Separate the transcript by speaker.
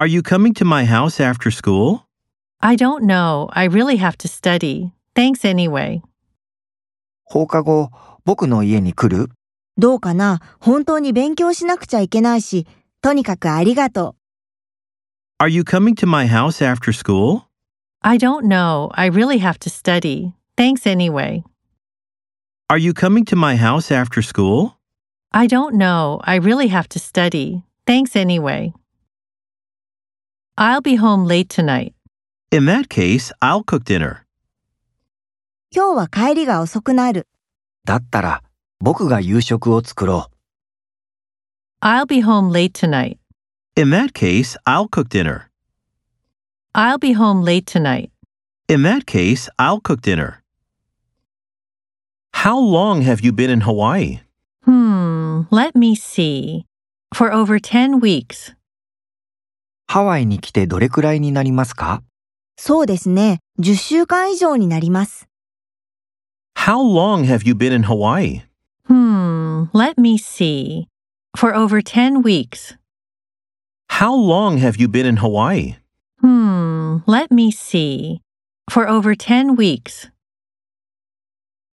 Speaker 1: Are you coming to my house after school?
Speaker 2: I don't know. I really have to study. Thanks anyway.
Speaker 3: 放課後、僕の家に来る
Speaker 4: どうかな本当に勉強しなくちゃいけないし、とにかくありがとう。
Speaker 1: Are you coming to my house after school?
Speaker 2: I don't know. I really have to study. Thanks anyway.
Speaker 1: Are you coming to my house after school?
Speaker 2: I don't know. I really have to study. Thanks anyway. I'll be home late tonight.
Speaker 1: In that case, I'll cook dinner.
Speaker 4: 今日は帰りが遅くなる。
Speaker 3: だったら、僕が夕食を作ろう。
Speaker 2: I'll be home late tonight.
Speaker 1: In that case, I'll cook dinner.
Speaker 2: I'll be home late tonight.
Speaker 1: In that case, I'll cook dinner. How long have you been in Hawaii?
Speaker 2: Hmm, let me see. For over 10 weeks.
Speaker 3: ハワイに来てどれくらいになりますか
Speaker 4: そうですね。10週間以上になります。
Speaker 1: How long have you been in Hawaii?
Speaker 2: Hmm, let me see. For over 10 weeks.
Speaker 1: How long have you been in Hawaii?
Speaker 2: Hmm, let me see. For over 10 weeks.